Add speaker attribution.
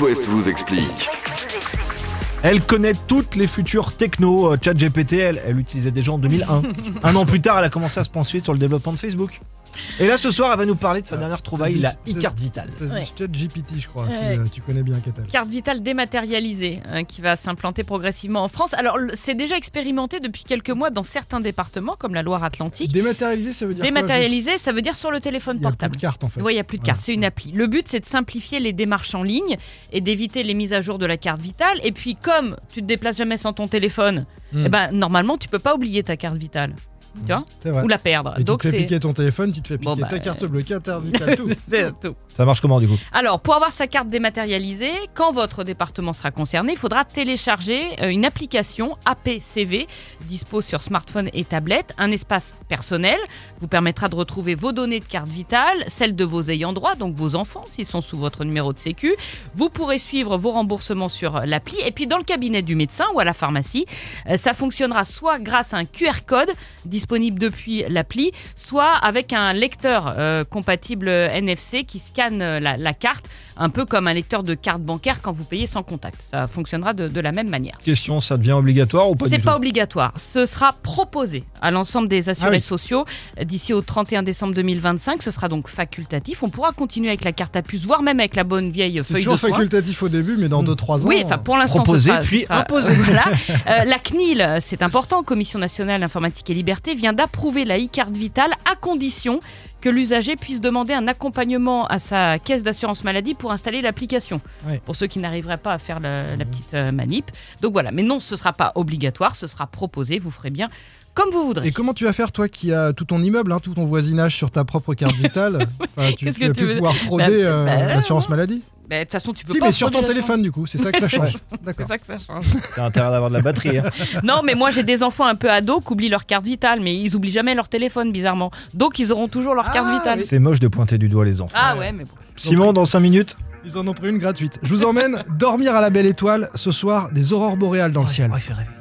Speaker 1: West vous explique.
Speaker 2: Elle connaît toutes les futures techno. Chat GPT, elle, elle l'utilisait déjà en 2001. Un an plus tard, elle a commencé à se pencher sur le développement de Facebook. Et là, ce soir, elle va nous parler de sa dernière trouvaille,
Speaker 3: dit-
Speaker 2: la
Speaker 3: ça-
Speaker 2: e-carte vitale.
Speaker 3: Ça se dit
Speaker 4: Ouais.
Speaker 3: ChatGPT, je crois, si
Speaker 4: Ouais.
Speaker 3: euh, tu connais bien Catal.
Speaker 4: Carte vitale dématérialisée euh, qui va s'implanter progressivement en France. Alors, le- c'est déjà expérimenté depuis quelques mois dans certains départements, comme la Loire-Atlantique.
Speaker 3: Dématérialisé, ça veut dire
Speaker 4: Dématérialisée, ça veut dire sur le
Speaker 3: quoi,
Speaker 4: téléphone
Speaker 3: juste Il y a plus de
Speaker 4: portable.
Speaker 3: carte en fait.
Speaker 4: Oui, il n'y a plus de
Speaker 3: Voilà.
Speaker 4: carte, c'est une appli. Le but, c'est de simplifier les démarches en ligne et d'éviter les mises à jour de la carte vitale. Et puis, comme tu te déplaces jamais sans ton téléphone,
Speaker 3: Hmm.
Speaker 2: Mm.
Speaker 4: eh ben, normalement, tu peux pas oublier ta carte vitale
Speaker 3: C'est vrai.
Speaker 4: ou la perdre.
Speaker 3: Et
Speaker 4: Donc,
Speaker 3: tu te fais
Speaker 4: c'est.
Speaker 3: piquer ton téléphone, tu te fais piquer
Speaker 4: Bon, bah, euh,
Speaker 3: ta carte bleue, ta carte vitale, tout.
Speaker 4: c'est tout.
Speaker 2: Ça marche comment du coup
Speaker 4: Alors, pour avoir sa carte dématérialisée, quand votre département sera concerné, il faudra télécharger euh, une application APCV, dispo sur smartphone et tablette. Un espace personnel vous permettra de retrouver vos données de carte vitale, celles de vos ayants droit, donc vos enfants, s'ils sont sous votre numéro de sécu. Vous pourrez suivre vos remboursements sur euh, l'appli. Et puis, dans le cabinet du médecin ou à la pharmacie, euh, ça fonctionnera soit grâce à un QR code disponible depuis l'appli, soit avec un lecteur euh, compatible euh, NFC qui scanne euh, la, la carte, un peu comme un lecteur de carte bancaire quand vous payez sans contact. Ça fonctionnera de, de la même manière.
Speaker 2: Question, ça devient obligatoire ou pas
Speaker 4: C'est
Speaker 2: du
Speaker 4: pas
Speaker 2: tout
Speaker 4: obligatoire. Ce sera proposé à l'ensemble des assurés
Speaker 3: Ah oui.
Speaker 4: sociaux euh, d'ici au 31 décembre 2025. Ce sera donc facultatif. On pourra continuer avec la carte à puce, voire même avec la bonne vieille
Speaker 3: C'est
Speaker 4: feuille de
Speaker 3: toujours
Speaker 4: soin.
Speaker 3: facultatif au début, mais dans
Speaker 2: Mm.
Speaker 3: 2-3 ans. euh.
Speaker 4: Oui, enfin pour l'instant,
Speaker 2: Proposé,
Speaker 4: ce sera-
Speaker 2: puis
Speaker 4: ce sera-
Speaker 2: imposé.
Speaker 4: voilà. Euh, la CNIL, c'est important, Commission nationale informatique et liberté, vient d'approuver la e-carte vitale à condition que l'usager puisse demander un accompagnement à sa caisse d'assurance maladie pour installer l'application.
Speaker 3: Ouais.
Speaker 4: Pour ceux qui n'arriveraient pas à faire le- la petite euh, manip. Donc voilà, mais non, ce sera pas obligatoire, ce sera proposé, vous ferez bien comme vous voudrez.
Speaker 3: Et comment tu vas faire, toi, qui as tout ton immeuble, hein, tout ton voisinage sur ta propre carte vitale Enfin, Tu
Speaker 4: Qu'est-ce
Speaker 3: tu
Speaker 4: que
Speaker 3: vas
Speaker 4: tu
Speaker 3: plus
Speaker 4: veux-
Speaker 3: pouvoir frauder euh,
Speaker 4: bah,
Speaker 3: l'assurance maladie
Speaker 4: Bah, De toute façon, tu peux
Speaker 3: Si,
Speaker 4: pas
Speaker 3: mais sur
Speaker 4: frauder
Speaker 3: ton
Speaker 4: la France.
Speaker 3: téléphone, du coup, c'est ça que ça
Speaker 4: Ouais,
Speaker 3: change.
Speaker 4: C'est
Speaker 3: D'accord.
Speaker 4: ça que ça change.
Speaker 2: T'as intérêt d'avoir de la batterie. hein.
Speaker 4: Non, mais moi j'ai des enfants un peu ados qui oublient leur carte vitale, mais ils oublient jamais leur téléphone, bizarrement. Donc ils auront toujours leur carte
Speaker 3: Ah,
Speaker 4: vitale.
Speaker 3: oui.
Speaker 2: C'est moche de pointer du doigt les enfants.
Speaker 4: Ah ouais, mais bon.
Speaker 2: Simon, dans 5 minutes
Speaker 3: Ils en ont pris une gratuite. Je vous emmène dormir à la belle étoile ce soir des aurores boréales dans le ciel.
Speaker 2: Oh, il fait rêver.